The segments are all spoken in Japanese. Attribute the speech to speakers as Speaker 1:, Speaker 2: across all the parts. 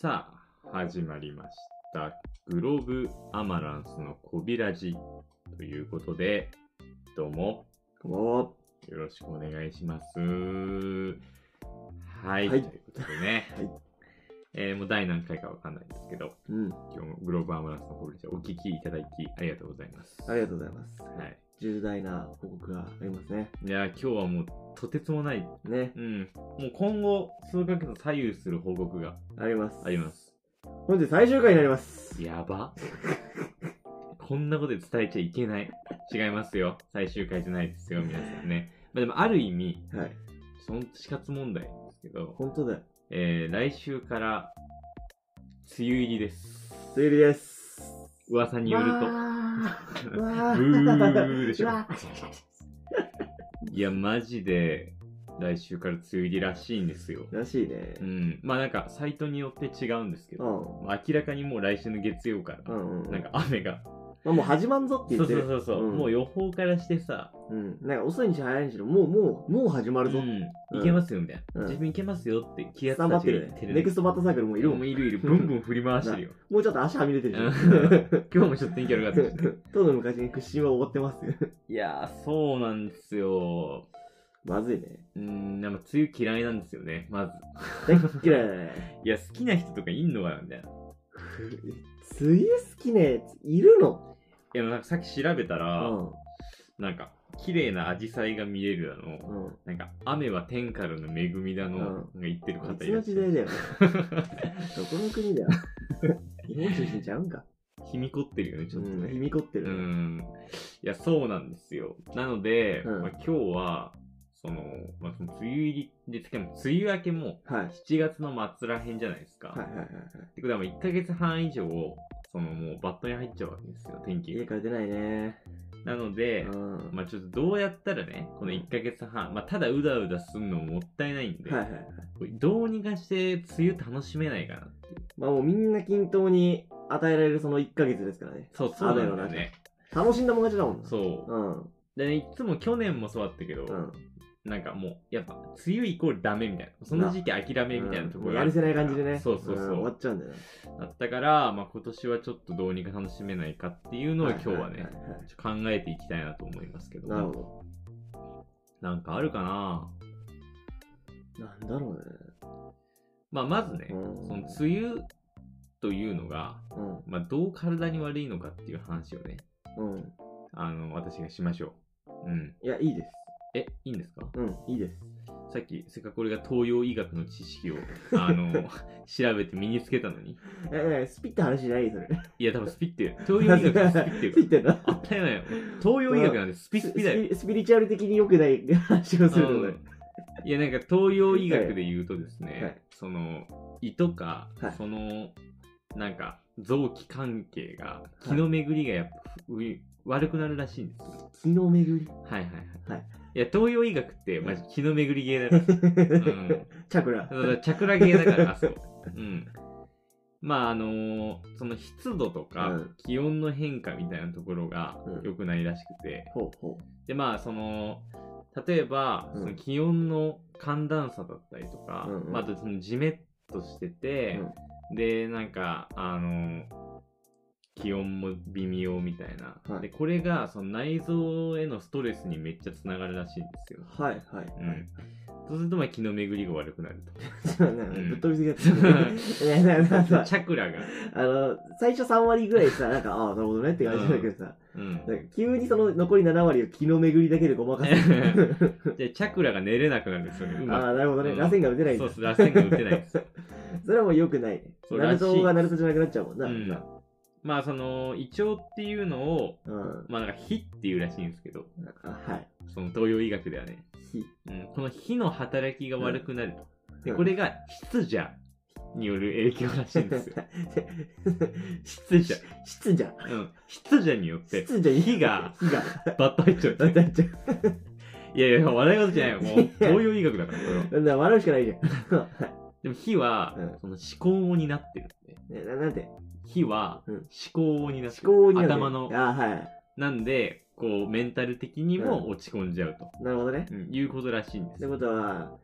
Speaker 1: さあ、始まりました。グローブアマランスのコビラジということで、どうも
Speaker 2: こんばんは。
Speaker 1: よろしくお願いします。はい、
Speaker 2: は
Speaker 1: と
Speaker 2: い
Speaker 1: いうことでね、
Speaker 2: はい
Speaker 1: えーもう第何回かわかんないんですけど、
Speaker 2: うん。
Speaker 1: 今日もグローブアマランスのコビラジをお聞きいただきありがとうございます。
Speaker 2: ありがとうございます。
Speaker 1: はい。
Speaker 2: 重大な報告がありますね。
Speaker 1: いやー、今日はもうとてつもない、
Speaker 2: ね
Speaker 1: う。ん、もう今後数ヶ月を左右する報告が
Speaker 2: あります。
Speaker 1: あります。
Speaker 2: 本日最終回になります。
Speaker 1: やば。こんなことで伝えちゃいけない。違いますよ。最終回じゃないですよ、皆さんね。まあでも、ある意味、
Speaker 2: はい。
Speaker 1: その死活問題ですけど、
Speaker 2: 本当だよ。
Speaker 1: えー、来週から、梅雨入りです。
Speaker 2: 推理です。
Speaker 1: 噂によると。
Speaker 2: と。わ
Speaker 1: ブーでしょ
Speaker 2: うわ。
Speaker 1: いや、マジで、来週から梅雨入りらしいんですよ。
Speaker 2: らしいね
Speaker 1: う。ん。まあなんか、サイトによって違うんですけ
Speaker 2: う
Speaker 1: ど、
Speaker 2: ん。うん
Speaker 1: まあ明らかにもう来週の月曜から、
Speaker 2: うんうん。
Speaker 1: なんか、雨が、
Speaker 2: まあ、もう始まんぞって
Speaker 1: そ
Speaker 2: 言
Speaker 1: う
Speaker 2: って
Speaker 1: そう
Speaker 2: る。
Speaker 1: そうそう、
Speaker 2: ん
Speaker 1: もう予報からしてさ、
Speaker 2: うん。なんか遅いにしろ早いにしろ、もうもう、もう始まるぞ。
Speaker 1: うん、いけますよみたいな、
Speaker 2: うん
Speaker 1: 自分いけますよって気圧
Speaker 2: 頑張ってるね。ネクストバッターサークルも
Speaker 1: い
Speaker 2: いる
Speaker 1: る
Speaker 2: もん。
Speaker 1: もいるいるブンブン振り回して るよ
Speaker 2: もうちょっと足はみ出てる
Speaker 1: うん
Speaker 2: し。
Speaker 1: 今日もちょっと天気悪かったし ね
Speaker 2: とうの昔に屈伸は終わってます。
Speaker 1: いやーそうなんですよ
Speaker 2: まずいね。
Speaker 1: うーんなんか梅雨嫌いなんですよねまず
Speaker 2: 大嫌いだね。
Speaker 1: いや好きな人とかいんのかなみたいない
Speaker 2: 梅雨好きねいるの
Speaker 1: やなんかさっき調べた
Speaker 2: う
Speaker 1: ら、
Speaker 2: ん
Speaker 1: なんか綺麗な紫陽花が見れるだの、
Speaker 2: うん
Speaker 1: なんか雨は天からの恵みだの、
Speaker 2: うん
Speaker 1: なんか言ってる
Speaker 2: い
Speaker 1: 方
Speaker 2: つ
Speaker 1: いら
Speaker 2: の
Speaker 1: っしゃ
Speaker 2: 時代
Speaker 1: る
Speaker 2: だよ どこの国だよ日本中心ちゃうんか
Speaker 1: ひみこってるよねちょっと
Speaker 2: うん
Speaker 1: ね、
Speaker 2: ひみこって
Speaker 1: う
Speaker 2: る
Speaker 1: ん。いや、そうなんですよ。なので、
Speaker 2: うん
Speaker 1: まあ、今日は、その、まあ、その梅雨入りで、しかも梅雨明けも
Speaker 2: はい
Speaker 1: 7月の末らへんじゃないですか。
Speaker 2: はいはいはいはい
Speaker 1: ってことは、1ヶ月半以上、そのもうバットに入っちゃうわけですよ、天気
Speaker 2: 家
Speaker 1: が。
Speaker 2: から出ないね
Speaker 1: なの
Speaker 2: う
Speaker 1: で、
Speaker 2: んは
Speaker 1: まあちょっとどうやったらね、この1ヶ月半、まあただうだうだするのももったいないん
Speaker 2: い
Speaker 1: で、
Speaker 2: はいはい
Speaker 1: どうにかして梅雨楽しめないかなっていう。
Speaker 2: まあもうみんな均等に与えられるその1ヶ月ですからね
Speaker 1: そう、そうなんだよね。
Speaker 2: 楽しんだもん勝ちだもんな
Speaker 1: そう。
Speaker 2: うん
Speaker 1: で、いつも去年もそうだったけど、
Speaker 2: うん
Speaker 1: なんかもう、やっぱ、梅雨イコールダメみたいな。その時期諦めみたいなとこ
Speaker 2: うんもう
Speaker 1: ろが
Speaker 2: や
Speaker 1: あ
Speaker 2: る
Speaker 1: る
Speaker 2: せない感じでね
Speaker 1: そうそうそ
Speaker 2: ん終わ
Speaker 1: う。
Speaker 2: っちゃうんだよね
Speaker 1: だったから、まあ今年はちょっとどうにか楽しめないかっていうのを今日はね
Speaker 2: い、いはい
Speaker 1: ちょっと考えていきたいなと思いますけど。
Speaker 2: なるほ
Speaker 1: なんかあるかな
Speaker 2: どなんだろうね
Speaker 1: まあまずね、
Speaker 2: うん
Speaker 1: その梅雨というのが、
Speaker 2: うん
Speaker 1: まあどう体に悪いのかっていう話をね、
Speaker 2: うん
Speaker 1: あの、私がしましょう。うん。
Speaker 2: いやいいです
Speaker 1: え、いいんですか
Speaker 2: うんいいです
Speaker 1: さっき、せっかく俺が東洋医学の知識を、あの、 調べて身につけたのに。
Speaker 2: ええスピって話じゃないそれ
Speaker 1: いや、多分スピってる。東洋医学 のスピってる
Speaker 2: スピってんだ
Speaker 1: あったよね。東洋医学なんでスピスピだよ。
Speaker 2: スピスピリチュアル的に良くない話をするので、
Speaker 1: いや、なんか東洋医学で言うとですね、
Speaker 2: はい
Speaker 1: その、胃とか、
Speaker 2: はい
Speaker 1: その、なんか、臓器関係が、気の巡りがやっぱ、うい悪くなるらしいんですよ。
Speaker 2: 気の巡り、
Speaker 1: はいはいはい。
Speaker 2: はい
Speaker 1: いや、東洋医学って、まじ気の巡り系だから。うん
Speaker 2: チャクラ
Speaker 1: だ。からチャクラ系だから、あ そこ。うん。まああのーその湿度と
Speaker 2: う
Speaker 1: か
Speaker 2: ん
Speaker 1: 気温の変化みたいなところが
Speaker 2: うん
Speaker 1: 良くないらしくて、
Speaker 2: ほうほ
Speaker 1: でまあその例えば、
Speaker 2: うん
Speaker 1: その気温の寒暖差だったりとか、
Speaker 2: うんうん
Speaker 1: まあ、あとそのジメッとしてて、でなんかあのー気温も微妙みたいな、
Speaker 2: はい
Speaker 1: でこれがその内臓へのストレスにめっちゃつながるらしいんですよ、
Speaker 2: う。はいはい。
Speaker 1: うん、そうするとまあ気の巡りが悪くなると
Speaker 2: そうなんか
Speaker 1: うん
Speaker 2: ぶっ飛びすぎだった。ねなんかさ
Speaker 1: チャクラが、
Speaker 2: あの、最初3割ぐらいさ、なんか、ああ、なるほどねって感じだけどさ、
Speaker 1: うん、
Speaker 2: なんか急にその残り7割を気の巡りだけでごまかす。
Speaker 1: でチャクラが寝れなくなるんですよね。う
Speaker 2: あ
Speaker 1: ま
Speaker 2: あ、なるほどね。
Speaker 1: うん
Speaker 2: 螺旋が打てないん
Speaker 1: そ
Speaker 2: だ
Speaker 1: う。そう、螺旋が打てないんですよ。
Speaker 2: それはもう良くないね。
Speaker 1: そう
Speaker 2: ナルトがナルトじゃなくなっちゃうもん
Speaker 1: う
Speaker 2: な。
Speaker 1: ん、まあ、その、胃腸っていうのを、
Speaker 2: うん。
Speaker 1: まあ、なんか火っていうらしいんですけど、
Speaker 2: あはい。
Speaker 1: その東洋医学ではね、
Speaker 2: 火。
Speaker 1: うん、この火の働きが悪くなると。で、
Speaker 2: うん
Speaker 1: これが湿邪による影響らしいん ですよ。湿邪。
Speaker 2: 湿じゃん。
Speaker 1: うん。湿邪によって、
Speaker 2: 湿じゃん。
Speaker 1: 火が
Speaker 2: 火が。
Speaker 1: バッと入っちゃうって
Speaker 2: だっ。 てじゃ
Speaker 1: いやいや、笑い事じゃないよ。もう、東洋医学だから、これは。
Speaker 2: あ、な笑うしかないじゃん。
Speaker 1: でも火は、
Speaker 2: うん
Speaker 1: その思考を担ってるんで。
Speaker 2: ねななんて
Speaker 1: 火は
Speaker 2: うん
Speaker 1: 思考を担ってる、
Speaker 2: 思考になる
Speaker 1: 頭の
Speaker 2: あはい
Speaker 1: なんでこうメンタル的にも落ち込んじゃうと、
Speaker 2: なるほどね
Speaker 1: うんいうことらしいんです
Speaker 2: ってことは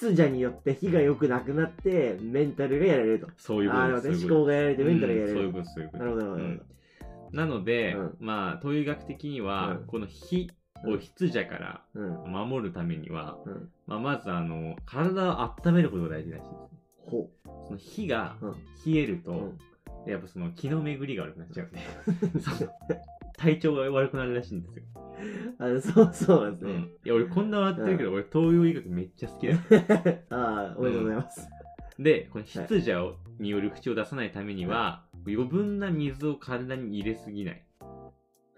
Speaker 2: 出者によって火が良くなくなって、メンタルがやられると。
Speaker 1: そういうこ
Speaker 2: ああ、な
Speaker 1: と
Speaker 2: るほ
Speaker 1: で
Speaker 2: どね
Speaker 1: す。そういうこと
Speaker 2: 思考がやられて、メンタルが
Speaker 1: う
Speaker 2: や
Speaker 1: ん
Speaker 2: ら
Speaker 1: そう
Speaker 2: れ
Speaker 1: い
Speaker 2: る
Speaker 1: う
Speaker 2: と。
Speaker 1: こと、そういうこと。
Speaker 2: なるほど
Speaker 1: う
Speaker 2: なるほど
Speaker 1: んなので、
Speaker 2: うん
Speaker 1: まあ、統計学的には、
Speaker 2: うん
Speaker 1: この火を筆者から
Speaker 2: うん。
Speaker 1: 守るためには、
Speaker 2: うん。
Speaker 1: まあ、まず、あの、体を温めることが大事らしいですね。
Speaker 2: ほ
Speaker 1: その火が
Speaker 2: う。うん。
Speaker 1: 冷えると、
Speaker 2: うん
Speaker 1: やっぱその気の巡りが悪くなっちゃうんで、 その体調が悪くなるらしいんですよ。
Speaker 2: あのそうそうです
Speaker 1: う
Speaker 2: ね。
Speaker 1: ん、いや、俺こんな笑ってるけど、俺東洋医学めっちゃ好きだよ。
Speaker 2: ああ、おめでとうございます。
Speaker 1: で、この筆者をによる口を出さないためには、余分な水を体に入れすぎない。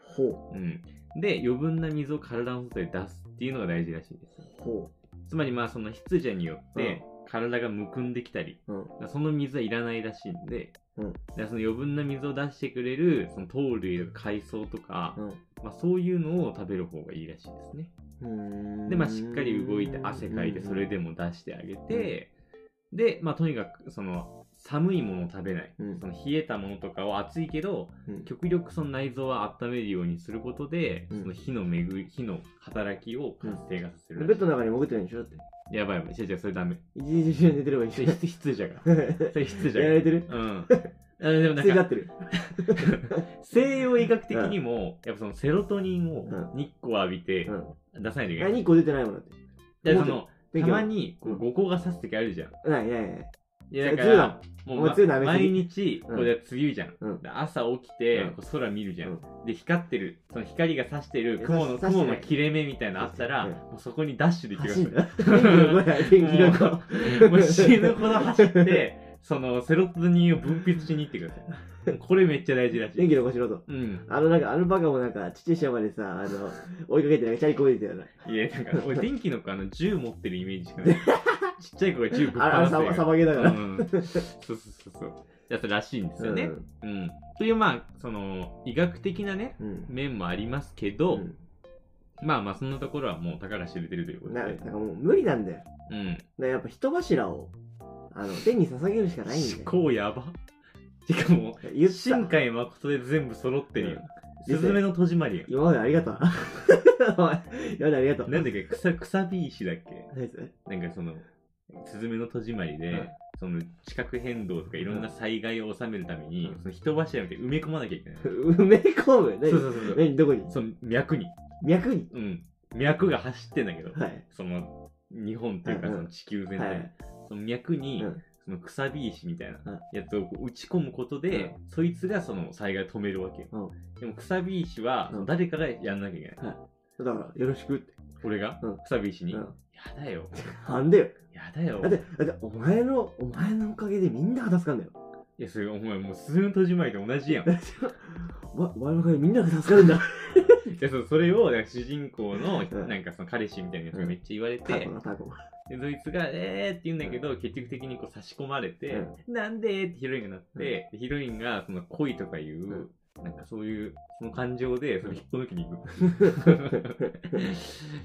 Speaker 2: ほ
Speaker 1: うん。で、余分な水を体の外で出すっていうのが大事らしいです。
Speaker 2: う。ほ
Speaker 1: つまりまあその筆者によって体がむくんできたり、
Speaker 2: う。うん。
Speaker 1: その水はいらないらしいんで、
Speaker 2: う
Speaker 1: だ
Speaker 2: ん
Speaker 1: からその余分な水を出してくれるその糖類とか海藻とか、まあ、そういうのを食べる方がいいらしいですね。
Speaker 2: うん。
Speaker 1: で、まあ、しっかり動いて汗かいてそれでも出してあげて、で、まあ、とにかくその寒いものを食べない、
Speaker 2: うん
Speaker 1: その冷えたものとかを暑いけど
Speaker 2: うん、
Speaker 1: 極力その内臓は温めるようにすることで、
Speaker 2: うん
Speaker 1: その火の巡り火の働きを活性化させる
Speaker 2: ベ
Speaker 1: ら
Speaker 2: ッ
Speaker 1: しい、
Speaker 2: ドの中に潜ってるんでしょだって。
Speaker 1: やばいやばい違う違うそれダメ
Speaker 2: 一日中寝てればいい
Speaker 1: そ
Speaker 2: し
Speaker 1: れ。必必じゃがそれ必じゃ
Speaker 2: やられてる
Speaker 1: がうんあでも
Speaker 2: 普
Speaker 1: な
Speaker 2: 通に
Speaker 1: ん
Speaker 2: な
Speaker 1: か
Speaker 2: ってる。
Speaker 1: 西洋医学的にも、やっぱそのセロトニンを
Speaker 2: う
Speaker 1: 日光浴びて
Speaker 2: うん。
Speaker 1: 出さないといけない、
Speaker 2: 何個出てないもんだって。
Speaker 1: いやその
Speaker 2: 天
Speaker 1: た
Speaker 2: 気は
Speaker 1: まにこう五光が刺す時あるじゃん。
Speaker 2: ないないない。
Speaker 1: いやだか
Speaker 2: それ梅雨だ
Speaker 1: らもう、
Speaker 2: もう梅雨
Speaker 1: ま、
Speaker 2: 舐めす
Speaker 1: 毎
Speaker 2: ぎ
Speaker 1: 日こ
Speaker 2: うん
Speaker 1: れ梅雨じゃん。
Speaker 2: うん
Speaker 1: で朝起きて
Speaker 2: うん
Speaker 1: こう空見るじゃん。
Speaker 2: うん
Speaker 1: で光ってるその光が差してる
Speaker 2: いや
Speaker 1: 雲の
Speaker 2: 差
Speaker 1: 雲
Speaker 2: し差してな
Speaker 1: の
Speaker 2: い
Speaker 1: 切れ目みたいなのあったら
Speaker 2: うん
Speaker 1: もうそこにダッシュで行って
Speaker 2: 走ん
Speaker 1: くだ
Speaker 2: だ。天気の子。
Speaker 1: もさい。 もう死ぬほど走 ってそのセロトニンを分泌しに行ってください。これめっちゃ大事らし
Speaker 2: 天気
Speaker 1: い。
Speaker 2: の子しろと。
Speaker 1: うん。
Speaker 2: あの、なんか、あのバカもなんか、ちっちゃい車までさ、あの、追いかけて、なんか、チャリこめてたよな。
Speaker 1: いやなんか俺電気の子あの銃持ってるイメージしか ない。ちっちゃい子が銃ぶっ
Speaker 2: あ
Speaker 1: 放
Speaker 2: れ、
Speaker 1: す
Speaker 2: さ
Speaker 1: 映画
Speaker 2: ば、さばげだか
Speaker 1: う
Speaker 2: ら。
Speaker 1: ん。そうそうそうそう。やつらしいんですよね。
Speaker 2: うん
Speaker 1: うん、というまあその医学的なね
Speaker 2: うん。
Speaker 1: 面もありますけど、
Speaker 2: うん
Speaker 1: まあまあそんなところはもう高ら知れてるということで
Speaker 2: ななんかもう無理なんだよ。だか
Speaker 1: うん
Speaker 2: らやっぱ人柱を、あの、天に捧げるしかないんだ
Speaker 1: 思
Speaker 2: よ。
Speaker 1: 考やばてかも
Speaker 2: 言
Speaker 1: う新海誠で全部揃ってるよ、
Speaker 2: うん
Speaker 1: すずめの戸締まりや
Speaker 2: 今まであり がとう。お前今までありがとう。
Speaker 1: なんだっけくさくさび石だっけ
Speaker 2: 何それ
Speaker 1: なんかそのすずめの戸締まりで、
Speaker 2: うん
Speaker 1: その地殻変動とかいろんな災害を収めるために、
Speaker 2: うん
Speaker 1: その人柱みたいに埋め込まなきゃいけない、
Speaker 2: 埋め込む
Speaker 1: そう
Speaker 2: 何
Speaker 1: そうそうそう
Speaker 2: 何どこに
Speaker 1: その脈に
Speaker 2: 脈に
Speaker 1: うん脈が走ってんだけど
Speaker 2: はい。
Speaker 1: その日本というか
Speaker 2: うん
Speaker 1: そ
Speaker 2: うん
Speaker 1: の地球全体、
Speaker 2: はい。
Speaker 1: その脈に、
Speaker 2: うん
Speaker 1: そのくさび石みたいな
Speaker 2: うん
Speaker 1: やつをこう打ち込むことで、そいつがその災害を止めるわけよ、
Speaker 2: う
Speaker 1: でもくさび石は
Speaker 2: うん
Speaker 1: 誰かがやんなきゃいけない、
Speaker 2: だから、よろしくって。
Speaker 1: 俺が、
Speaker 2: うん
Speaker 1: くさび石に、
Speaker 2: うん
Speaker 1: やだよ
Speaker 2: なんでよ。
Speaker 1: やだよ
Speaker 2: だって、だって、お前の、お前のおかげでみんなが助かんだよ。
Speaker 1: いやそれお前もうスーンとじまいと同じやんい
Speaker 2: お前お前のおかげでみんなが助か るんだ。
Speaker 1: やそうそれをだから主人公の
Speaker 2: うん
Speaker 1: なんかその彼氏みたいなやつがめっちゃ言われて、
Speaker 2: タコな、タコ。
Speaker 1: でそいつが「えー」って言うんだけど、結局的にこう差し込まれて「なんで?」ってヒロインがなって、ヒロインがその恋とかいう、なんかそういうその感情でそれ引っこ抜きに行く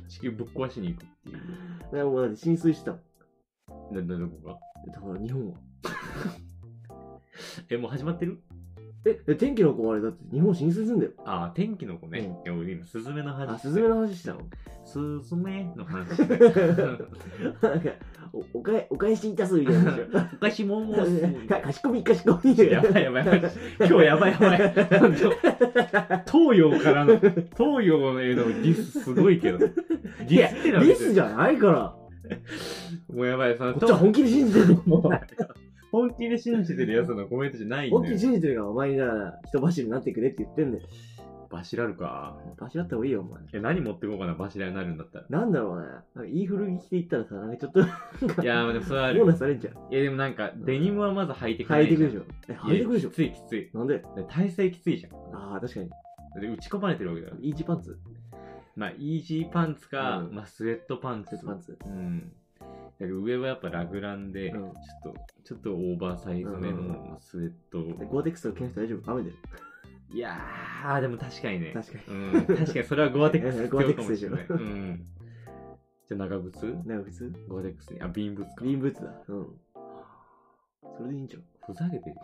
Speaker 1: 地球ぶっ壊しに行くっていう
Speaker 2: だからもうだって浸水したもん。
Speaker 1: ななどこが
Speaker 2: だから日本は。
Speaker 1: えもう始まってる
Speaker 2: え、え天気の子はあれだって日本浸水すんだよ。
Speaker 1: ああ天気の子ね、
Speaker 2: うん
Speaker 1: いや俺今スズメの話
Speaker 2: あ、スズメの話したの
Speaker 1: スズメの話 してた
Speaker 2: なんか、お、おかえ、お返しいたすみたいな話よ。
Speaker 1: おかし もんも
Speaker 2: か、かしこみ、かしこみ。
Speaker 1: やばいやばいやばい今日やばいや ばい本当東洋からの、東洋へのディスすごいけど。ディスってな
Speaker 2: リス
Speaker 1: じ
Speaker 2: じゃな いから。
Speaker 1: ゃもうやばい、その、
Speaker 2: こっちは本気で信じ てるもん。
Speaker 1: 本気で信じてるやつのコメントじゃないん
Speaker 2: 本気
Speaker 1: だ
Speaker 2: で
Speaker 1: よ。
Speaker 2: 信じてるから、お前にだから、人柱になってくれって言ってんだよ。
Speaker 1: バシラルか。
Speaker 2: バシだった方がいいよ、お前。
Speaker 1: え、何持ってこうかな、バシラになるんだったら。
Speaker 2: なんだろうね。なんかいい古着着ていったらさ、なんかちょっと、なんか
Speaker 1: いやー、でもそれはあ
Speaker 2: ボー
Speaker 1: る。
Speaker 2: ナスされんじゃん。
Speaker 1: いや、でもなんか、デニムはまず履いてく
Speaker 2: 履いてくるでし
Speaker 1: ょ。
Speaker 2: ょ。え、履いてくるでし
Speaker 1: きついきつい。
Speaker 2: ょ。なんで
Speaker 1: で体勢きついじゃん。
Speaker 2: ああ、確かに。
Speaker 1: で、打ち込まれてるわけだから。
Speaker 2: イージーパンツ
Speaker 1: まあ、イージーパンツか、
Speaker 2: うん
Speaker 1: まあ、スウェットパン
Speaker 2: セ
Speaker 1: ツ
Speaker 2: ット。パンツ。
Speaker 1: うん。だけど上はやっぱラグランで、
Speaker 2: うん
Speaker 1: ちょっと、ちょっとオーバーサイズめ
Speaker 2: うんうん
Speaker 1: のまあスウェット。
Speaker 2: でゴーテックスを着ない人大丈夫雨で。
Speaker 1: いやー、でも確かにね。
Speaker 2: 確かに。
Speaker 1: うん、確かにそれはゴアテック ス
Speaker 2: ゴアテックスでしょ
Speaker 1: 必要かもれないうん。じゃあ長靴
Speaker 2: なんか普通
Speaker 1: ゴアテックスに。あ、ビーンブツか。
Speaker 2: ビーンブーツだ。うん。それでいいんじゃん。
Speaker 1: ふざけてる。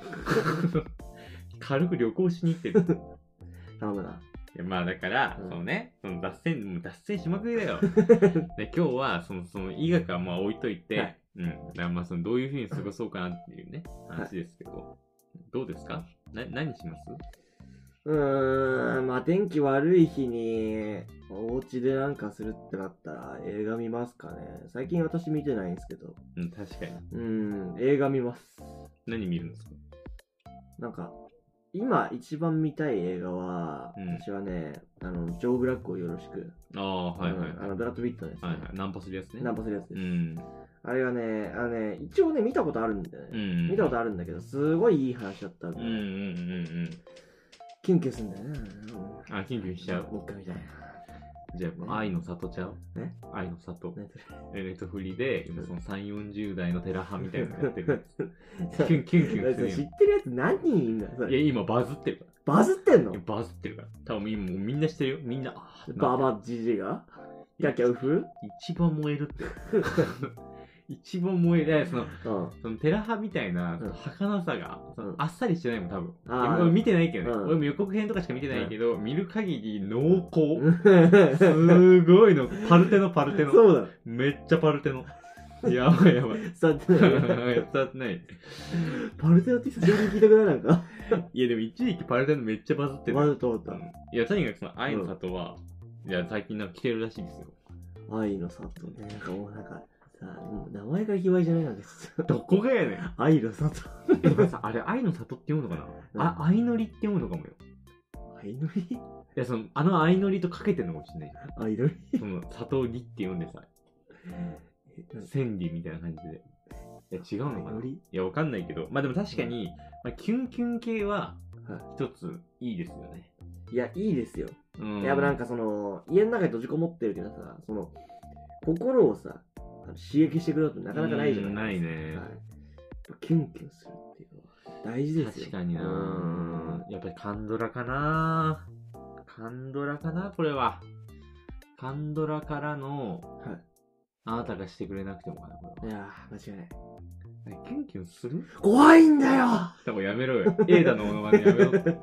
Speaker 1: 軽く旅行しに行ってる。
Speaker 2: 頼むな。
Speaker 1: いやまあだから、
Speaker 2: うん
Speaker 1: そのね、その脱線、もう脱線しまくりだ よ。で今日はその、その医学はまあ置いといて、
Speaker 2: はい
Speaker 1: うん。だからまあそのどういうふうに過ごそうかなっていうね、話ですけど、どうですかな何します
Speaker 2: うーん、まあ天気悪い日に、お家でなんかするってなったら映画見ますかね。最近私見てないんですけど。
Speaker 1: うん、確かに。
Speaker 2: うん、映画見ます。
Speaker 1: 何見るんですか
Speaker 2: なんか、今一番見たい映画は、
Speaker 1: うん
Speaker 2: 私はね、あの、ジョー・ブラックをよろしく。
Speaker 1: ああ、はいはい、
Speaker 2: うん
Speaker 1: は
Speaker 2: あ
Speaker 1: い。
Speaker 2: の、ブラッド・ピットのやつね、
Speaker 1: はいはい。ナンパするやつね。
Speaker 2: ナンパするやつ
Speaker 1: う
Speaker 2: です。
Speaker 1: ん。
Speaker 2: あれはね、あのね、一応ね、見たことあるんだよ
Speaker 1: う
Speaker 2: ね。
Speaker 1: ん。
Speaker 2: 見たこと
Speaker 1: あ
Speaker 2: あるんだけど、すごいいい話だったんだ
Speaker 1: る。う
Speaker 2: よ
Speaker 1: んう
Speaker 2: ね、
Speaker 1: んうん
Speaker 2: キュンキュンすんだよね。
Speaker 1: うん。あ、緊急しちゃう。
Speaker 2: もう一回見た いな。
Speaker 1: じゃあ、愛の里ちゃう
Speaker 2: え
Speaker 1: 愛の里。
Speaker 2: ね
Speaker 1: えネットフリで、今その3、40代のテラハみたいなのやってる やつ。キュンキュンキュンする
Speaker 2: 知
Speaker 1: や
Speaker 2: ってるやつ何人いんだよそ
Speaker 1: ん。いや、
Speaker 2: れ
Speaker 1: 今バズってるから。
Speaker 2: バズってんの
Speaker 1: いやバズってるから。多分今もうみんなしてるよ。みんな、あー
Speaker 2: ババジジがキャキャウフ
Speaker 1: 一番燃える って。一番燃える。いやその、
Speaker 2: うん。
Speaker 1: そのテラハみたいな、
Speaker 2: うん
Speaker 1: 儚さが、その
Speaker 2: うん
Speaker 1: あっさりしてないもん、多分。い
Speaker 2: あー
Speaker 1: や俺見てないけどね。
Speaker 2: うん
Speaker 1: 俺も予告編とかしか見てないけど、見る限り濃厚。
Speaker 2: そ
Speaker 1: すごい の。パルテノ、パルテノ。
Speaker 2: うだろ。
Speaker 1: めっちゃパルテノ。やばいやばい。
Speaker 2: 伝わってない。
Speaker 1: やったない。
Speaker 2: パルテノって久しぶりに聞いたくないなん か。
Speaker 1: いやでも一時期パルテノめっちゃバズってた。
Speaker 2: バ
Speaker 1: う
Speaker 2: ズと思った。
Speaker 1: んいや、とにかくその愛の里は、いや、最近なんか来てるらしいですよ。
Speaker 2: 愛の里ね。なんかもうなんか、さ、もう名前が卑猥じゃないなんかちょっと。
Speaker 1: どこがやねん。
Speaker 2: 愛の里。
Speaker 1: でもさ、あれ愛の里って読むのかな、あ、愛のりって読むのかもよ。
Speaker 2: 愛のり
Speaker 1: いや、その、あの愛のりとかけてるのかもしれない。
Speaker 2: 愛のり
Speaker 1: その、里りって読んでさ、千里みたいな感じで。いや、違うのか
Speaker 2: 愛
Speaker 1: な
Speaker 2: の
Speaker 1: い
Speaker 2: り
Speaker 1: や、わかんないけど、まあでも確かに、まあ、キュンキュン系は
Speaker 2: はい、
Speaker 1: 一ついいですよね。
Speaker 2: いや、いいですよ。
Speaker 1: うん。
Speaker 2: やっぱなんかその、家の中に閉じこもってるけどさ、その、心をさ、あの刺激してくれるってなかなかないじゃ
Speaker 1: うん
Speaker 2: な
Speaker 1: ないい
Speaker 2: ですか。
Speaker 1: ね
Speaker 2: はい。キュンキュンするっていうのは大事ですよ。
Speaker 1: 確かに
Speaker 2: う
Speaker 1: なんやっぱりカンドラかなカンドラかなこれは。カンドラからの、
Speaker 2: はい
Speaker 1: あなたがしてくれなくてもかなこ
Speaker 2: いやー、間違いない。
Speaker 1: れは。キュンキュンする
Speaker 2: 怖いんだよ
Speaker 1: だからやめろ よ。映画のものまねやめろって。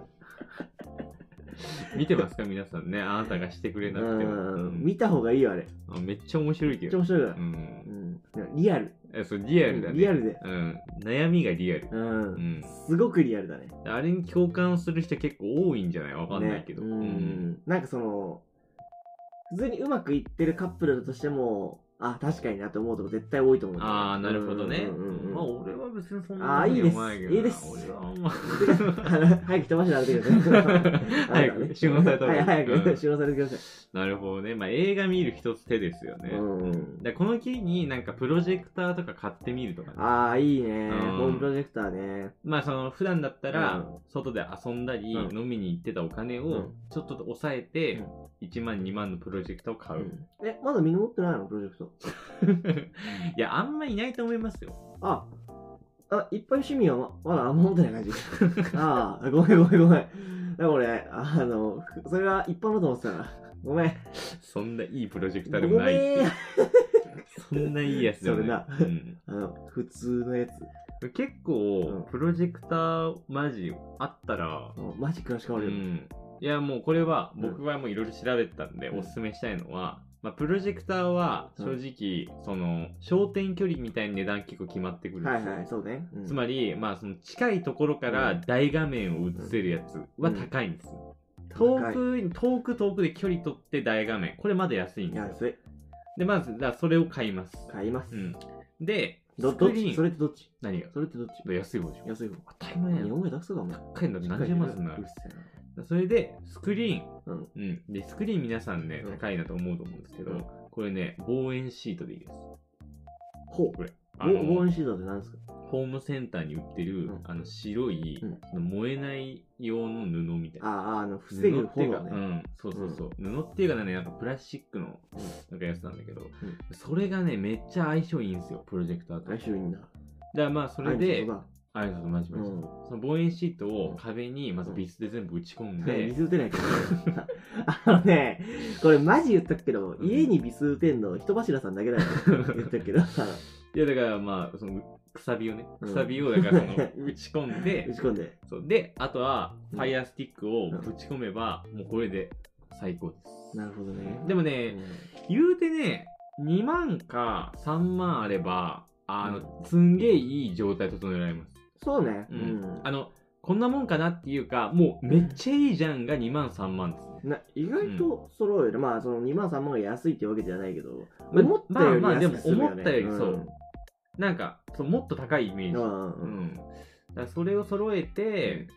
Speaker 1: 見てますか皆さんね。あなたがしてくれなくても。
Speaker 2: うん。
Speaker 1: うん
Speaker 2: 見た方がいいよ、あれ。
Speaker 1: あめっちゃ面白い
Speaker 2: め
Speaker 1: け
Speaker 2: っちゃ
Speaker 1: ど。
Speaker 2: 面白いから
Speaker 1: う。。
Speaker 2: うんん。リアル。
Speaker 1: えそうリアルだね。
Speaker 2: リアルで。
Speaker 1: うん。悩みがリアル。
Speaker 2: う。
Speaker 1: うんん。
Speaker 2: すごくリアルだね。
Speaker 1: あれに共感する人結構多いんじゃないわかんないけど。
Speaker 2: ねうん。なんかその、普通にうまくいってるカップルだとしても、あ、確かになって思うとこ絶対多いと思う。
Speaker 1: ああ、なるほどね
Speaker 2: うんうんうんう。ん
Speaker 1: まあ、俺は別にそん
Speaker 2: あ
Speaker 1: な
Speaker 2: ーいいです
Speaker 1: ないけどな。
Speaker 2: いいです
Speaker 1: 俺はあんま。
Speaker 2: 早く飛ばしてあげてくだ さい。
Speaker 1: 早く収納された方が
Speaker 2: はいい
Speaker 1: い
Speaker 2: 早
Speaker 1: う
Speaker 2: く
Speaker 1: ん
Speaker 2: 収納されてください。
Speaker 1: なるほどね。まあ、映画見る一つ手ですよね。
Speaker 2: うんうん
Speaker 1: でこの機になんかプロジェクターとか買ってみるとかね。
Speaker 2: ああ、いいね。
Speaker 1: うん
Speaker 2: ホームプロジェクターね。
Speaker 1: まあ、その、普段だった
Speaker 2: う
Speaker 1: ら
Speaker 2: ん、
Speaker 1: 外で遊んだり、
Speaker 2: うん
Speaker 1: 飲みに行ってたお金
Speaker 2: う
Speaker 1: を
Speaker 2: ん、
Speaker 1: ちょっと抑えて
Speaker 2: うん、
Speaker 1: 1万、2万のプロジェクターを買う。
Speaker 2: え、まだみんな持ってないのプロジェクト。
Speaker 1: いや、あんまいないと思いますよ。
Speaker 2: あ、あ、一般市民はままだあんま持ってない感じ。ああ、ごめんごめんごめん。だから俺、あの、ふそれは一般だと思ってたから。ごめん。
Speaker 1: そんないいプロジェクターで
Speaker 2: ご
Speaker 1: もないって
Speaker 2: め
Speaker 1: い
Speaker 2: ん
Speaker 1: う。。そんないいやつじゃ
Speaker 2: それな
Speaker 1: ない。うん
Speaker 2: あの、普通のやつ。
Speaker 1: 結構、
Speaker 2: うん
Speaker 1: プロジェクターマジあったら、
Speaker 2: うんマジックのしか
Speaker 1: う
Speaker 2: 悪い。
Speaker 1: ん、いやもうこれは
Speaker 2: うん
Speaker 1: 僕はもういろいろ調べてたんで、
Speaker 2: うん
Speaker 1: おすすめしたいのは、まあ、プロジェクターは
Speaker 2: うん
Speaker 1: 正直、その焦点距離みたいな値段結構決まってくるんですよ
Speaker 2: はいはい、そうね。うん
Speaker 1: つまり、まあ、その近いところから大画面を映せるやつは高いんですよ、遠
Speaker 2: 高い
Speaker 1: く遠く遠くで距離取って大画面これまだ安いんですよ
Speaker 2: 安い。
Speaker 1: でまずだからそれを買います、
Speaker 2: 買います
Speaker 1: う。ん、で
Speaker 2: ど
Speaker 1: ス
Speaker 2: ど
Speaker 1: ク
Speaker 2: っ
Speaker 1: リー
Speaker 2: ち
Speaker 1: ン
Speaker 2: それってどっち
Speaker 1: 何が
Speaker 2: それってどっち
Speaker 1: 安い方でしょ
Speaker 2: 安い方。
Speaker 1: 当たり前やん
Speaker 2: 日本語下手くそか、お前。
Speaker 1: 高いの何十万すんな
Speaker 2: うっせえな。
Speaker 1: それでスクリーン、
Speaker 2: うん
Speaker 1: でスクリーン皆さんね
Speaker 2: うん
Speaker 1: 高いなと思うと思うんですけど、
Speaker 2: うん
Speaker 1: これね望遠シートでいいです
Speaker 2: ほう。
Speaker 1: あ
Speaker 2: ウォウォ
Speaker 1: の
Speaker 2: ンシートって何ですか
Speaker 1: ホームセンターに売ってる、
Speaker 2: うん
Speaker 1: あの白い、
Speaker 2: うん
Speaker 1: その燃えない用の布みたい
Speaker 2: あ
Speaker 1: な
Speaker 2: あ、あの、
Speaker 1: 布っ
Speaker 2: 防ぐ
Speaker 1: ていう
Speaker 2: 炎
Speaker 1: か、う
Speaker 2: ね。
Speaker 1: ん、そうそうそう、布っていうかねなんかプラスチックの
Speaker 2: うん
Speaker 1: なんかやつなんだけど、
Speaker 2: ん
Speaker 1: それがねめっちゃ相性いいんですよプロジェクターとだ
Speaker 2: 相
Speaker 1: か
Speaker 2: 性いいんだ。
Speaker 1: らまあそれで
Speaker 2: あ
Speaker 1: あれそうマジ
Speaker 2: そう
Speaker 1: マ
Speaker 2: だ
Speaker 1: ジ
Speaker 2: うん。
Speaker 1: その望遠シートを壁にまずビスで全部打ち込んで、
Speaker 2: 水打てないけど。 あのね、これマジ言ったけど、
Speaker 1: うん
Speaker 2: 家にビス打てんの人柱さんだけだよ。言ったけど。あ
Speaker 1: いやだからまあそのくさびをね
Speaker 2: うん
Speaker 1: くさびをだからその打ち込んで
Speaker 2: 打ち込んで。
Speaker 1: そうであとは
Speaker 2: う
Speaker 1: フ
Speaker 2: ん
Speaker 1: ァイヤースティックをぶち込めばもうこれで最高です
Speaker 2: なるほどね。
Speaker 1: でも
Speaker 2: う
Speaker 1: ね
Speaker 2: ん
Speaker 1: 言うてね2万か3万あればあの、
Speaker 2: う
Speaker 1: すんげえいい状態整えられます
Speaker 2: そうね。う
Speaker 1: うんん。あのこんなもんかなっていうかもうめっちゃいいじゃんが2万3万ですね
Speaker 2: な意外と揃うよね、まあその2万3万が安いってわけじゃないけど、
Speaker 1: ま
Speaker 2: 思ったより
Speaker 1: まあまあ
Speaker 2: 安く済むよ
Speaker 1: でも思
Speaker 2: ね
Speaker 1: ったよりそうんなんかそうもっと高いイメージ、
Speaker 2: うん
Speaker 1: う
Speaker 2: うん
Speaker 1: ん、だからそれを揃えて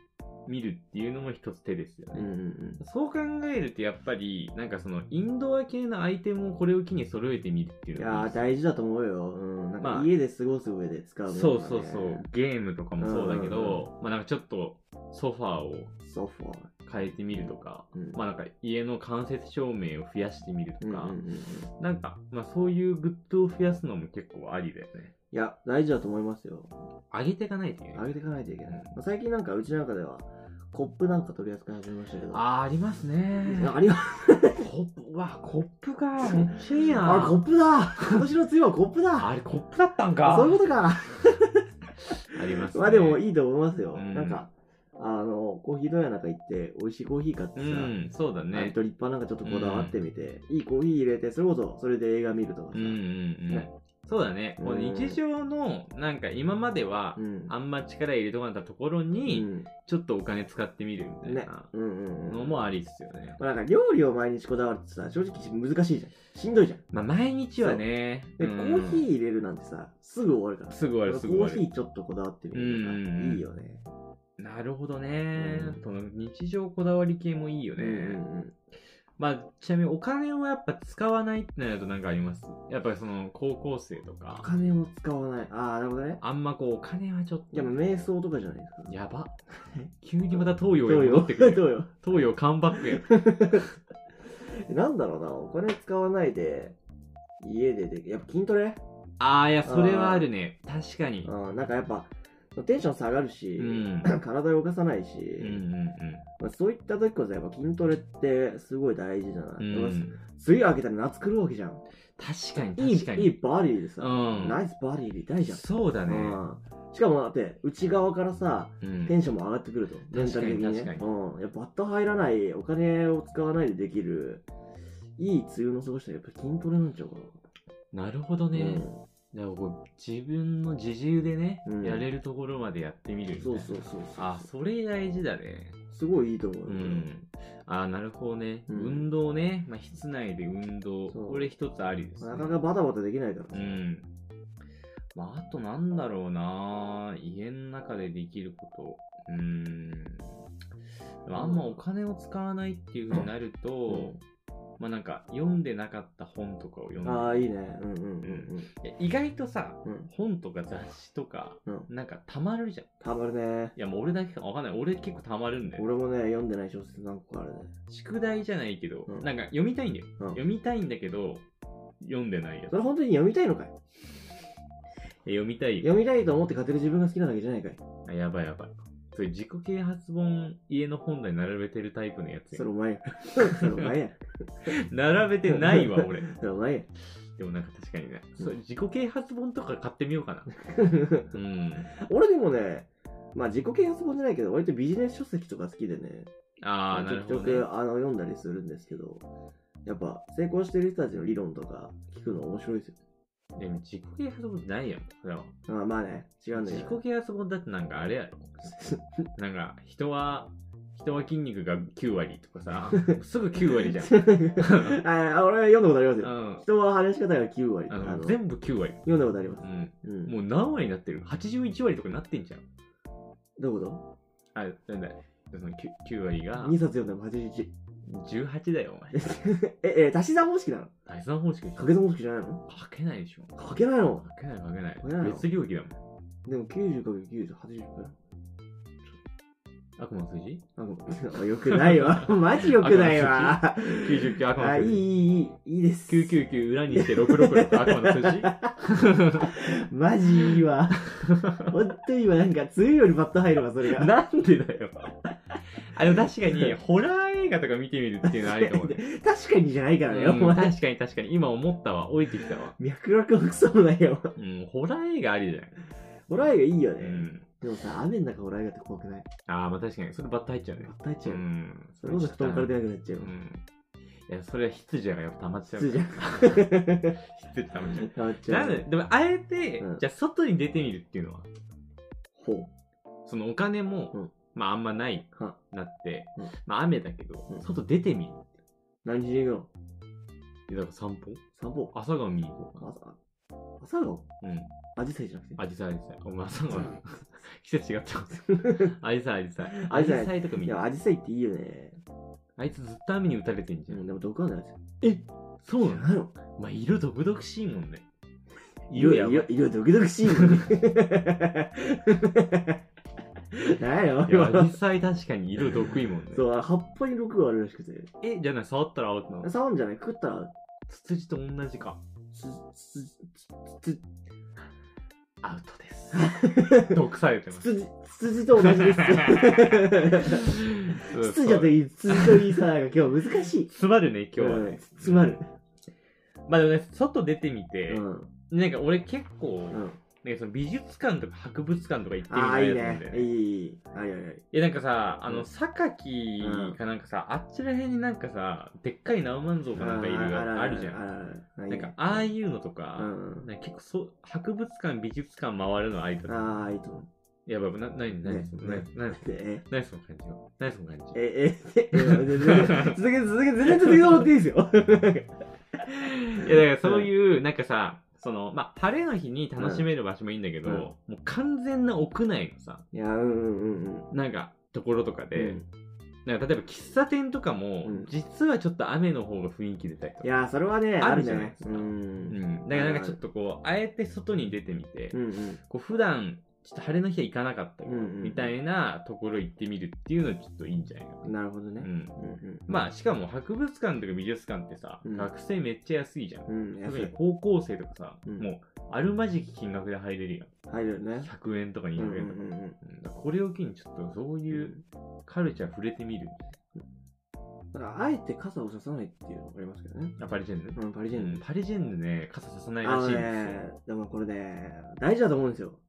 Speaker 1: 見るっていうのも一つ手ですよ
Speaker 2: う
Speaker 1: ね、
Speaker 2: んうん
Speaker 1: そう考えるとやっぱりなんかそのインドア系のアイテムをこれを機に揃えてみるってい
Speaker 2: い
Speaker 1: の
Speaker 2: うや
Speaker 1: がいい
Speaker 2: ー大事だと思うよ、うん、なん
Speaker 1: ま
Speaker 2: か
Speaker 1: あ
Speaker 2: 家で過ごす上で使うもの
Speaker 1: そう
Speaker 2: だね
Speaker 1: そうそうゲームとかもそうだけど、まあなんかちょっとソファーを
Speaker 2: ソファー、
Speaker 1: 変えてみるとか、
Speaker 2: うん
Speaker 1: まあなんか家の間接照明を増やしてみると
Speaker 2: うんうん
Speaker 1: か、
Speaker 2: うんうんい
Speaker 1: なんか、まあ、そういうグッズを増やすのも結構ありだよね
Speaker 2: や大事だと思いますよ
Speaker 1: 上げていかないといけない
Speaker 2: 上げていかないといけない、まあ最近なんかうちなんかではコップなんか取り扱い始めましたけど
Speaker 1: あーありますね
Speaker 2: あありが
Speaker 1: コップうわコップかめっちゃいいな
Speaker 2: あコップだ 今年の梅雨はコップだ
Speaker 1: あれコップだったん
Speaker 2: そういうことか
Speaker 1: ありますね
Speaker 2: まあでもいいと思いますよ、
Speaker 1: うん
Speaker 2: なんかあのコーヒー問屋なんか行って美味しいコーヒー買って
Speaker 1: う
Speaker 2: さ、
Speaker 1: んそうだ
Speaker 2: 割
Speaker 1: ね
Speaker 2: と立派なんかちょっとこだわってみて、いいコーヒー入れてそれこそそれで映画見るとかさ、
Speaker 1: うんうんうん
Speaker 2: ね
Speaker 1: そうだねこう
Speaker 2: うん
Speaker 1: 日常のなんか今までは
Speaker 2: うん
Speaker 1: あんま力入れとかなかったところ
Speaker 2: う
Speaker 1: に
Speaker 2: ん
Speaker 1: ちょっとお金使ってみるみたい
Speaker 2: ね
Speaker 1: な
Speaker 2: うんうん
Speaker 1: の
Speaker 2: うん
Speaker 1: もありっすよね
Speaker 2: まあ、なんか料理を毎日こだわるってさ正直難しいじゃんしんどいじゃん
Speaker 1: まあ毎日はね
Speaker 2: で、
Speaker 1: うん
Speaker 2: コーヒー入れるなんてさすぐ終わるから
Speaker 1: すぐ終わる
Speaker 2: コ
Speaker 1: すぐ終わ
Speaker 2: ーヒ
Speaker 1: る
Speaker 2: ーちょっとこだわってみ
Speaker 1: うん
Speaker 2: る
Speaker 1: うんうん
Speaker 2: いいよね
Speaker 1: なるほどね
Speaker 2: うん
Speaker 1: その日常こだわり系もいいよ
Speaker 2: うんうん
Speaker 1: ねまあちなみにお金をやっぱ使わないってなるとなんかありますやっぱりその高校生と
Speaker 2: お
Speaker 1: か
Speaker 2: 金を使わないああなるほどね
Speaker 1: あんまこうお金はちょっ
Speaker 2: で
Speaker 1: と
Speaker 2: も瞑想とかじゃないですか
Speaker 1: やば急にまた東洋
Speaker 2: どう
Speaker 1: へ戻
Speaker 2: よ
Speaker 1: ってくる
Speaker 2: どうよ
Speaker 1: 東洋カムバックや
Speaker 2: なんだろうなお金使わないで家ででやっぱ筋トレ
Speaker 1: ああいやそれはあるね確かに
Speaker 2: うん、なんかやっぱテンション下がるし、
Speaker 1: うん
Speaker 2: 体動かさないし、
Speaker 1: うんうん
Speaker 2: まあ、そういった時こそやっぱ筋トレってすごい大事じゃない、
Speaker 1: うんう
Speaker 2: まあ
Speaker 1: ん
Speaker 2: 梅雨明けたら夏来るわけじゃん
Speaker 1: 確かに
Speaker 2: いい
Speaker 1: 確か
Speaker 2: いい
Speaker 1: に
Speaker 2: バディでさ、
Speaker 1: うん
Speaker 2: ナイスバディでいたいじゃん、
Speaker 1: そうだね
Speaker 2: うんしかもだって内側からさ
Speaker 1: うん
Speaker 2: テンションも上がってくるとメンタル的にね
Speaker 1: 確かに確か
Speaker 2: うん、やっぱバット入らないお金を使わないでできるいい梅雨の過ごし方やっぱ筋トレなんちゃうか
Speaker 1: なるほど
Speaker 2: な、
Speaker 1: ねだからこう自分の自重でね
Speaker 2: うん
Speaker 1: やれるところまでやってみ
Speaker 2: う
Speaker 1: る
Speaker 2: ん、
Speaker 1: みたい
Speaker 2: そう
Speaker 1: な
Speaker 2: そうそう
Speaker 1: あそれ大事だね
Speaker 2: すごいいいと思う、
Speaker 1: うんあーなるほどね
Speaker 2: うん
Speaker 1: 運動ねまあ室内で運動
Speaker 2: そう
Speaker 1: これ一つありですね
Speaker 2: なかなかバタバタできないからさ、
Speaker 1: うん。まあ、あとなんだろうな家の中でできること。うーん。でもあんまお金を使わないっていうふうになると、
Speaker 2: うん
Speaker 1: まあなんか読んでなかった本とかを読んで
Speaker 2: ああいいねうんうんうん
Speaker 1: いや意外とさ、
Speaker 2: うんうん
Speaker 1: 本とか雑誌とか、
Speaker 2: うん
Speaker 1: なんかたまるじゃん。い
Speaker 2: たまるね
Speaker 1: やもう俺だけかわかんない。俺結構たまるんだよ。
Speaker 2: 俺もね読んでない小説何個かあるね
Speaker 1: 宿題じゃないけど、
Speaker 2: うん
Speaker 1: なんか読みたいんだよ。
Speaker 2: うん
Speaker 1: 読みたいんだけど、読んでないやつ。
Speaker 2: それ本当に読みたいのかい
Speaker 1: え読みたいよ。
Speaker 2: 読みたいと思って買ってる自分が好きなだけじゃないかい
Speaker 1: あやばいやばい。それ自己啓発本、家の本棚に並べてるタイプのやつや
Speaker 2: それお前や それお前や
Speaker 1: 並べてない わ、俺。
Speaker 2: それお前や
Speaker 1: でもなんか確かにね。そう自己啓発本とか買ってみようかな。うん。
Speaker 2: 俺でもねまあ自己啓発本じゃないけど割とビジネス書籍とか好きでね
Speaker 1: ああ、なる
Speaker 2: ち
Speaker 1: ほ
Speaker 2: ょ
Speaker 1: ど、
Speaker 2: く
Speaker 1: ね
Speaker 2: ちょ。くあの読んだりするんですけどやっぱ成功してる人たちの理論とか聞くの面白いですよ
Speaker 1: でも自己啓発本ってないやん、それは。
Speaker 2: あーまあね違うんだけ
Speaker 1: 自己
Speaker 2: ど
Speaker 1: 啓発本だってなんかあれやろ。 なんか人は、人は筋肉が9割とか さ、すぐ9割じゃん。
Speaker 2: あー俺読んだことあります
Speaker 1: う
Speaker 2: よ
Speaker 1: ん。
Speaker 2: 人は話し方が9割
Speaker 1: あ
Speaker 2: あ
Speaker 1: の
Speaker 2: の
Speaker 1: 全部9割。
Speaker 2: 読んだことあります
Speaker 1: うん。
Speaker 2: うん
Speaker 1: もう何割になってる ?81 割とかなってんじゃん。
Speaker 2: どういうこ
Speaker 1: あ、なんだ、その 9, 9割
Speaker 2: と
Speaker 1: が
Speaker 2: ?2 冊読んだら81。
Speaker 1: 18だよ、お前。
Speaker 2: え、え、足し算方式なの
Speaker 1: 第三方式でしょ
Speaker 2: 掛け算方式じゃないの
Speaker 1: かけないでしょ
Speaker 2: かけないの
Speaker 1: かけないかけない
Speaker 2: けないの
Speaker 1: 別領域だもん
Speaker 2: でも 90×90、80くらい
Speaker 1: 悪魔の数字
Speaker 2: あごめん よくないわ。 マジよくないわ。
Speaker 1: 99悪魔の
Speaker 2: あ、い
Speaker 1: 数字
Speaker 2: い、いい、いいいです。
Speaker 1: 999裏にして666と悪魔の数 字
Speaker 2: マジい いわ。ほんといいわ。なんか、梅雨よりバット入るわ、それが。
Speaker 1: なんでだよあ、でも確かに、ホラー映画とか見てみるっていうのはありかもね。
Speaker 2: 確かにじゃないからね、
Speaker 1: う
Speaker 2: お
Speaker 1: ん
Speaker 2: 前。
Speaker 1: 確かに確かに。今思ったわ。降りてきたわ。
Speaker 2: 脈絡もクソもないよ。
Speaker 1: うん、ホラー映画ありじゃない
Speaker 2: ホラー映画いいよ
Speaker 1: う
Speaker 2: ね。
Speaker 1: ん。
Speaker 2: でもさ、雨の中ホラー映画って怖くない
Speaker 1: ああ、まあ確かに。それバッタ入っちゃうね
Speaker 2: バ。ッタ入っち
Speaker 1: う
Speaker 2: ゃう。
Speaker 1: ん。
Speaker 2: それこそ布団から出なくなっちゃう
Speaker 1: う
Speaker 2: よ。
Speaker 1: ん。いや、それは羊じゃんがやっぱ溜まっちゃう。
Speaker 2: 羊じゃん
Speaker 1: 羊溜まっちゃう。
Speaker 2: 変わっちゃ
Speaker 1: な
Speaker 2: う。
Speaker 1: んで、でもあえて、
Speaker 2: うん
Speaker 1: じゃあ外に出てみるっていうのは、
Speaker 2: ほう。
Speaker 1: そのお金も、
Speaker 2: うん
Speaker 1: まああんまない
Speaker 2: は
Speaker 1: なって、
Speaker 2: うん
Speaker 1: まあ雨だけど、
Speaker 2: うん
Speaker 1: 外出てみる。
Speaker 2: 何時に行く
Speaker 1: いやだから散歩
Speaker 2: の散歩。
Speaker 1: 朝顔見に行こうか
Speaker 2: 朝、朝の
Speaker 1: な。うん。
Speaker 2: アジサイじゃなくて。
Speaker 1: アジサイアジサイ。お前朝顔、 季節違った。 アジサイアジサイ。
Speaker 2: ア
Speaker 1: ア
Speaker 2: ジ
Speaker 1: ジ
Speaker 2: サイ
Speaker 1: サイとか見
Speaker 2: い
Speaker 1: に行
Speaker 2: や、
Speaker 1: こう
Speaker 2: アジサイっていいよね。
Speaker 1: あいつずっと雨に打たれてんじ
Speaker 2: う
Speaker 1: ゃん。
Speaker 2: ん、でも毒はないですよ。
Speaker 1: そうなの
Speaker 2: なの
Speaker 1: まあ色毒々しいもんね。
Speaker 2: 色
Speaker 1: 色
Speaker 2: や
Speaker 1: やばい
Speaker 2: 色、色ドキドキしいも んね。何や
Speaker 1: いや、
Speaker 2: ろ
Speaker 1: 実際確かに色毒いもんね。
Speaker 2: そう、葉っぱに毒があるらしくて。
Speaker 1: え、じゃあな触ったらアウトなの
Speaker 2: 触んじゃない食ったら、
Speaker 1: ツツジと同じか。
Speaker 2: つ、つ、つ、つ、
Speaker 1: アウトです。 毒されて
Speaker 2: つ
Speaker 1: ます。
Speaker 2: つじ、つじと同じ です。つつじゃといい、つじといいさ、が今日難しい。
Speaker 1: 詰まるね、今日は
Speaker 2: う
Speaker 1: ね
Speaker 2: ん。つまる。
Speaker 1: まあでもね、外出てみ
Speaker 2: う
Speaker 1: て、
Speaker 2: ん。
Speaker 1: なんか俺結構、
Speaker 2: うん。
Speaker 1: なんかその美術館とか博物館とか行ってみ
Speaker 2: ああ、
Speaker 1: た
Speaker 2: いい
Speaker 1: いなやつなん
Speaker 2: ね
Speaker 1: だよ。
Speaker 2: い
Speaker 1: ね。
Speaker 2: い、いい。はいはいはい。
Speaker 1: いやなんかさ、あ
Speaker 2: う
Speaker 1: の、
Speaker 2: ん
Speaker 1: 榊かなんかさ、あっちら辺になんかさ、でっかいナウマン像かなんかいるあるじゃん。
Speaker 2: ん
Speaker 1: なんか、ああ
Speaker 2: い
Speaker 1: いうのと
Speaker 2: う
Speaker 1: か、
Speaker 2: ん。
Speaker 1: なんか結構そう、博物館、美術館回るのありだな。
Speaker 2: ああ、いいと思う。
Speaker 1: いやばい、な、なに、なに、
Speaker 2: ね
Speaker 1: なに、なに、
Speaker 2: え、
Speaker 1: なにその感じは。なにその感じ。
Speaker 2: え、え、え、続け続け、全然続けてもらっていいです
Speaker 1: い
Speaker 2: よ。
Speaker 1: や、だからそういう、なんかさ、その、まあ、晴れの日に楽しめる場所もいいんだけど、
Speaker 2: うん
Speaker 1: もう完全な屋内のさ、
Speaker 2: いや、うんうんうんうん。
Speaker 1: なんか、ところとかで、
Speaker 2: うん
Speaker 1: なんか例えば喫茶店とかも、
Speaker 2: うん
Speaker 1: 実はちょっと雨の方が雰囲気出たりと
Speaker 2: い
Speaker 1: か。
Speaker 2: や、それはね、あ
Speaker 1: あ
Speaker 2: る
Speaker 1: る
Speaker 2: じ
Speaker 1: じ
Speaker 2: ゃ
Speaker 1: ゃ
Speaker 2: な
Speaker 1: ないい。
Speaker 2: うん
Speaker 1: うん、だからなんかちょっとこう、あえて外に出てみて、
Speaker 2: うんうん。
Speaker 1: こう普段ちょっと晴れの日は行かなかったけど、
Speaker 2: うんうん
Speaker 1: みたいなところ行ってみるっていうのはちょっといいんじゃないかな。
Speaker 2: なるほどね
Speaker 1: う。ん、
Speaker 2: うん
Speaker 1: まあしかも博物館とか美術館ってさ、
Speaker 2: うん
Speaker 1: 学生めっちゃ安いじゃん。
Speaker 2: うん。うん、
Speaker 1: 特に
Speaker 2: 安い。
Speaker 1: 高校生とかさ、
Speaker 2: うん
Speaker 1: もうあるまじき金額で入れるやん。
Speaker 2: 入るよね。
Speaker 1: 100円とか
Speaker 2: うんうん
Speaker 1: 200
Speaker 2: う
Speaker 1: 円とか。
Speaker 2: んう
Speaker 1: う
Speaker 2: ん。
Speaker 1: んだからこれを機にちょっとそういうカルチャー触れてみる。
Speaker 2: だから、あえて傘を差さないっていうのがありますけどね。
Speaker 1: あパリジェンヌ、
Speaker 2: うん、パリジェ
Speaker 1: う
Speaker 2: ン
Speaker 1: ん
Speaker 2: ヌ。
Speaker 1: パリジェンヌね、傘ささない
Speaker 2: あ
Speaker 1: ら
Speaker 2: の
Speaker 1: しいんです
Speaker 2: ね、でもこれね、大事だと思うんですよ。
Speaker 1: よ。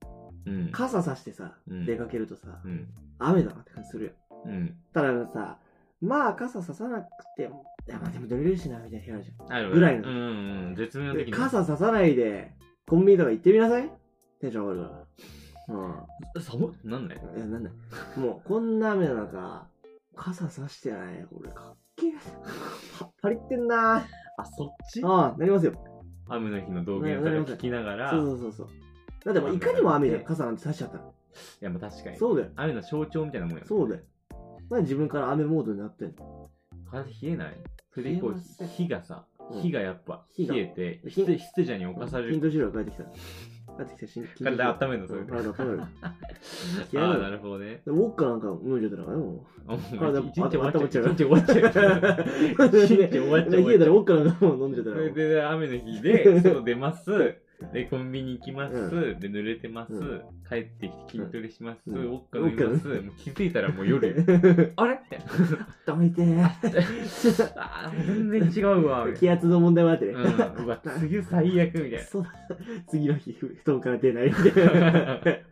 Speaker 1: うん。
Speaker 2: 傘さしてさ、
Speaker 1: うん
Speaker 2: 出かけるとさ
Speaker 1: う、ん。
Speaker 2: 雨だなって感じするよ。
Speaker 1: うん。
Speaker 2: たださ、まあ傘ささなくても、いやまあでも濡れるしな、みたいな日あるじゃ
Speaker 1: ある
Speaker 2: ぐらい
Speaker 1: うん
Speaker 2: の
Speaker 1: うんうん。絶妙
Speaker 2: ん。
Speaker 1: 的
Speaker 2: で
Speaker 1: に。
Speaker 2: 傘ささないで、コンビニとか行ってみなさいテンション上がるから。うん。
Speaker 1: 寒っなんない
Speaker 2: いや、なんだもう、こんな雨の中、傘さしてない。これ、かっけえ。 パパリってんな
Speaker 1: あ、そっち
Speaker 2: ああ、なりますよ。
Speaker 1: 雨の日の道源をそれを聞きながら、
Speaker 2: そうそうそうそう。だってもう、いかにも雨じゃん。傘なんてさしちゃったら。
Speaker 1: いや、まあ確かに。
Speaker 2: そうだよ。
Speaker 1: 雨の象徴みたいなもんやもん
Speaker 2: そうだよ。なんで自分から雨モードになってんの
Speaker 1: 風冷えないそれでこ
Speaker 2: 冷えませ、
Speaker 1: うん火がさ
Speaker 2: うん、
Speaker 1: 火がやっぱ
Speaker 2: 火が
Speaker 1: 冷えて、
Speaker 2: 火
Speaker 1: 羊羊に侵され
Speaker 2: ヒン
Speaker 1: る。
Speaker 2: ト資料帰ってきた。帰ってきたし、ヒント資料
Speaker 1: 体温めるのそれで
Speaker 2: 体温める。
Speaker 1: あ
Speaker 2: 嫌
Speaker 1: あ
Speaker 2: だ
Speaker 1: ー、なるほどね。
Speaker 2: でウォッカなんか飲んじゃったのかなもう。
Speaker 1: あもう
Speaker 2: 体
Speaker 1: 一日終わっちゃう。一
Speaker 2: 温まっ
Speaker 1: 日
Speaker 2: ち
Speaker 1: 終
Speaker 2: ゃう
Speaker 1: わっちゃう。 一日終わっちゃう。
Speaker 2: 冷えたらウォッカなんかもう飲んじゃった
Speaker 1: そ
Speaker 2: ら。
Speaker 1: れで雨の日で、外出ます。で、コンビニ行きます。で、濡れてます
Speaker 2: う。
Speaker 1: 帰ってきて筋トレします。
Speaker 2: う
Speaker 1: ウ
Speaker 2: ん
Speaker 1: ォッカ飲みます。
Speaker 2: ウォッカ
Speaker 1: もう気づいたらもう 夜。 あれ
Speaker 2: 温めて
Speaker 1: あー全然違うわ。みたい
Speaker 2: 気圧の問題もあってね。
Speaker 1: なうん。うわ、次最悪みたいな。
Speaker 2: そうだ次の 日、布団から出ないみたい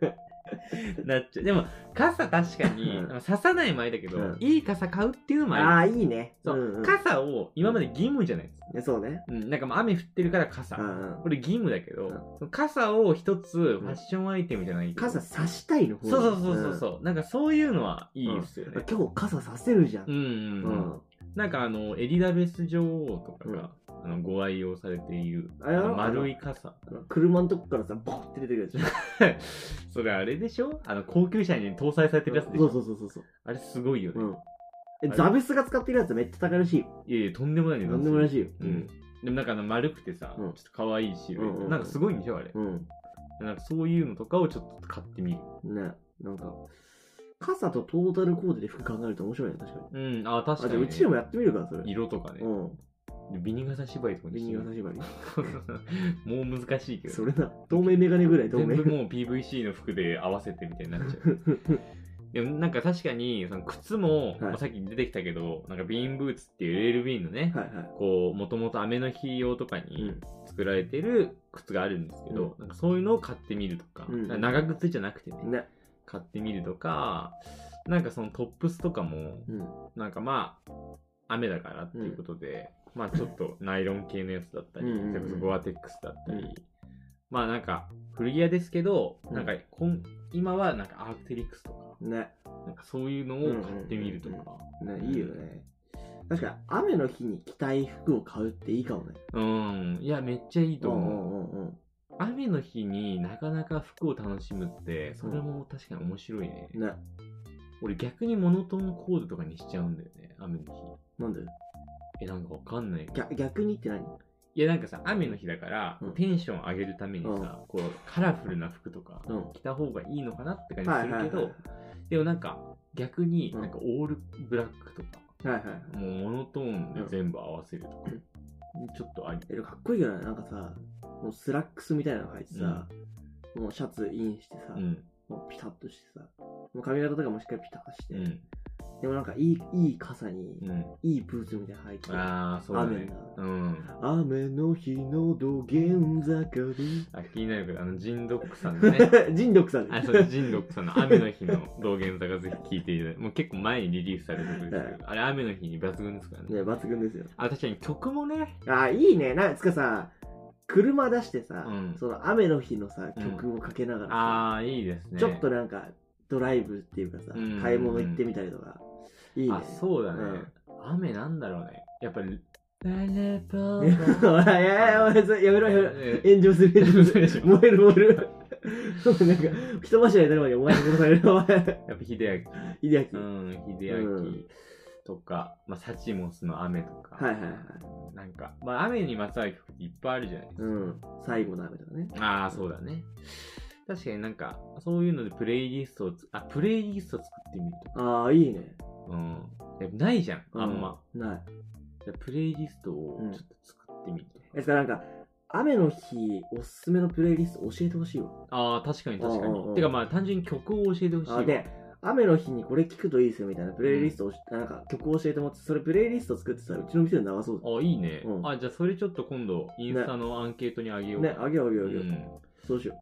Speaker 2: な。
Speaker 1: なっちゃうでも傘確かに、
Speaker 2: うん
Speaker 1: 刺さない前だけど、
Speaker 2: うん
Speaker 1: いい傘買うっていうのもあり
Speaker 2: ああ、いいね。
Speaker 1: そう、
Speaker 2: んん
Speaker 1: 傘を今まで義務じゃないですか、
Speaker 2: いやそうね。
Speaker 1: うん、なんかもう雨降ってるから傘、
Speaker 2: うんうん
Speaker 1: これ義務だけど、
Speaker 2: うん
Speaker 1: その傘を一つファッションアイテムじゃないけど
Speaker 2: 傘さしたいの方
Speaker 1: そうそうそうそうそう、なんかそういうのはいいですよ
Speaker 2: うん
Speaker 1: ね、
Speaker 2: 今日傘させるじゃ。
Speaker 1: うんん
Speaker 2: う
Speaker 1: うんうん
Speaker 2: ん。
Speaker 1: なんかあのエリザベス女王とかが、あのご愛用されている
Speaker 2: あれ
Speaker 1: あ
Speaker 2: は
Speaker 1: の丸い傘
Speaker 2: 車のとこからさ、ボンって出てくるやつ。
Speaker 1: それあれでしょあの高級車に搭載されてるやつでし
Speaker 2: そ
Speaker 1: ょ、
Speaker 2: うそうそうそうそう。
Speaker 1: あれすごいよね、
Speaker 2: うん。え
Speaker 1: あ、れ
Speaker 2: ザベスが使ってるやつめっちゃ高いらしいよ。
Speaker 1: いやいや、とんでもないね。
Speaker 2: なんでもらしいよ。
Speaker 1: うん。。でもなんかあの丸くてさ、
Speaker 2: うん
Speaker 1: ちょっと可愛いし、
Speaker 2: うんうんうん
Speaker 1: なんかすごいんでしょ、あれ。
Speaker 2: うん。
Speaker 1: なんかそういうのとかをちょっと買ってみる。
Speaker 2: ね、なんか、傘とトータルコーデで服考えると面白いね、確かに。
Speaker 1: うん、あ、確
Speaker 2: あ、
Speaker 1: か
Speaker 2: じゃ
Speaker 1: に、
Speaker 2: あうちでもやってみるから、それ。
Speaker 1: 色とかね
Speaker 2: う。ん。
Speaker 1: でビニガサ縛りとかに
Speaker 2: ビ
Speaker 1: し
Speaker 2: ニ
Speaker 1: て
Speaker 2: ール縛り。
Speaker 1: もう難しいけど。
Speaker 2: それな、透明メガネぐらい透
Speaker 1: 全
Speaker 2: 明
Speaker 1: 部。もう PVC の服で合わせてみたいになっちゃう。でもなんか確かに、その靴も、
Speaker 2: い
Speaker 1: まあさっき出てきたけど、なんかビーンブーツっていうレールビーンのね、
Speaker 2: はいはい。
Speaker 1: こう、もともと雨の日用とかに
Speaker 2: うん
Speaker 1: 作られてる靴があるんですけど、なんかそういうのを買ってみるとか、
Speaker 2: うん
Speaker 1: 長靴じゃなくてね、
Speaker 2: ね。
Speaker 1: 買ってみるとか、なんかそのトップスとかも、
Speaker 2: うん。
Speaker 1: なんかまあ、雨だからっていうことで、まあちょっとナイロン系のやつだったり、
Speaker 2: うんうんうん
Speaker 1: それこそゴアテックスだったり、
Speaker 2: うん
Speaker 1: まあなんか古着屋ですけど、
Speaker 2: うん
Speaker 1: なんかこん今はなんかアークテリックスとか、
Speaker 2: ね。
Speaker 1: なんかそういうのを買ってみるとか、
Speaker 2: ね、いいよね。確かに、雨の日に着たい服を買うっていいかもね。
Speaker 1: うん、いやめっちゃいいと思う。
Speaker 2: んうんうん
Speaker 1: 雨の日になかなか服を楽しむって、それも確かに面白いね。
Speaker 2: うん。ね。
Speaker 1: 俺逆にモノトーンコードとかにしちゃうんだよね、雨の日。
Speaker 2: なんで
Speaker 1: え、なんかわかんないけど
Speaker 2: 逆逆にって何
Speaker 1: いやなんかさ雨の日だから、
Speaker 2: うん
Speaker 1: テンション上げるためにさ、こうカラフルな服とか
Speaker 2: うん。
Speaker 1: 着た方がいいのかなって感じするけど、
Speaker 2: はいはいは
Speaker 1: でもなんか逆に
Speaker 2: うん
Speaker 1: なんかオールブラックとか、
Speaker 2: はいはい。
Speaker 1: もうモノトーンで全部合わせるとか、 ちょっとあり
Speaker 2: え、でもかっこいいよね。なんかさ、もうスラックスみたいなの履いてさ、もうシャツインしてさ、
Speaker 1: うん
Speaker 2: もうピタッとしてさ、もう髪型とかもしっかりピタッとして、
Speaker 1: うん
Speaker 2: でもなんかいい、いい傘に、
Speaker 1: うん
Speaker 2: いいブーツみたいなの履いて、
Speaker 1: ああそうだねうん
Speaker 2: 雨の日のどげん坂
Speaker 1: あ気になるけどあのジンドックさんのね
Speaker 2: で。人力さん
Speaker 1: あ
Speaker 2: ね。
Speaker 1: そうジンドックさんの雨の日の道玄坂ぜひ聞いていただいてもう結構前にリリースされて るんですけどあれ雨の日に抜群ですからね
Speaker 2: ね、抜群ですよ。
Speaker 1: あ確かに曲もね
Speaker 2: あ、いいね。なんつかさ、車出してさ、
Speaker 1: うん
Speaker 2: その雨の日のさ、
Speaker 1: うん
Speaker 2: 曲をかけながらさ、
Speaker 1: ああいいですね
Speaker 2: ちょっとなんか、ドライブっていうかさ、
Speaker 1: うん
Speaker 2: 買い物行ってみたりとか、いいね
Speaker 1: あ。そうだね、
Speaker 2: うん
Speaker 1: 雨なんだろうねやっぱり
Speaker 2: い や いやいや、お前それやめろやめろ。炎上する、炎上す
Speaker 1: 炎上し
Speaker 2: る。
Speaker 1: ま
Speaker 2: 燃える燃える。そうなんか、人柱になる前にお前に殺され る、お前。
Speaker 1: やっぱ秀
Speaker 2: 秀
Speaker 1: 明う
Speaker 2: 明。
Speaker 1: ん秀明、
Speaker 2: うん
Speaker 1: とか、まあ、サチモスの雨とか、
Speaker 2: はいはいはい
Speaker 1: なんか、まあ、雨にまつわる曲っていっぱいあるじゃないですか、
Speaker 2: うん。最後の雨とかね。
Speaker 1: ああそうだね確かになんかそういうのでプレイリストをつあプレイリスト作ってみるとか
Speaker 2: ああ、いいね。
Speaker 1: うんやっぱないじゃん
Speaker 2: う
Speaker 1: あんま、。
Speaker 2: ない。
Speaker 1: じゃあプレイリストをちょっと作ってみて、
Speaker 2: え、つかなんか、雨の日、おすすめのプレイリスト教えてほしいわ。
Speaker 1: ああ確かに確か
Speaker 2: うんうんうん
Speaker 1: にてかまあ単純に曲を教えてほしい
Speaker 2: あ
Speaker 1: わ
Speaker 2: で、雨の日にこれ聞くといいですよみたいなプレイリストを、なんか曲を教えてもらって、それプレイリスト作ってたらうちの店で流そうぜ
Speaker 1: あ、いいね。
Speaker 2: うん
Speaker 1: あ、じゃあそれちょっと今度、インスタのアンケートにあげようか
Speaker 2: ね、あげようあげようあげよう。
Speaker 1: うん。
Speaker 2: そうしよ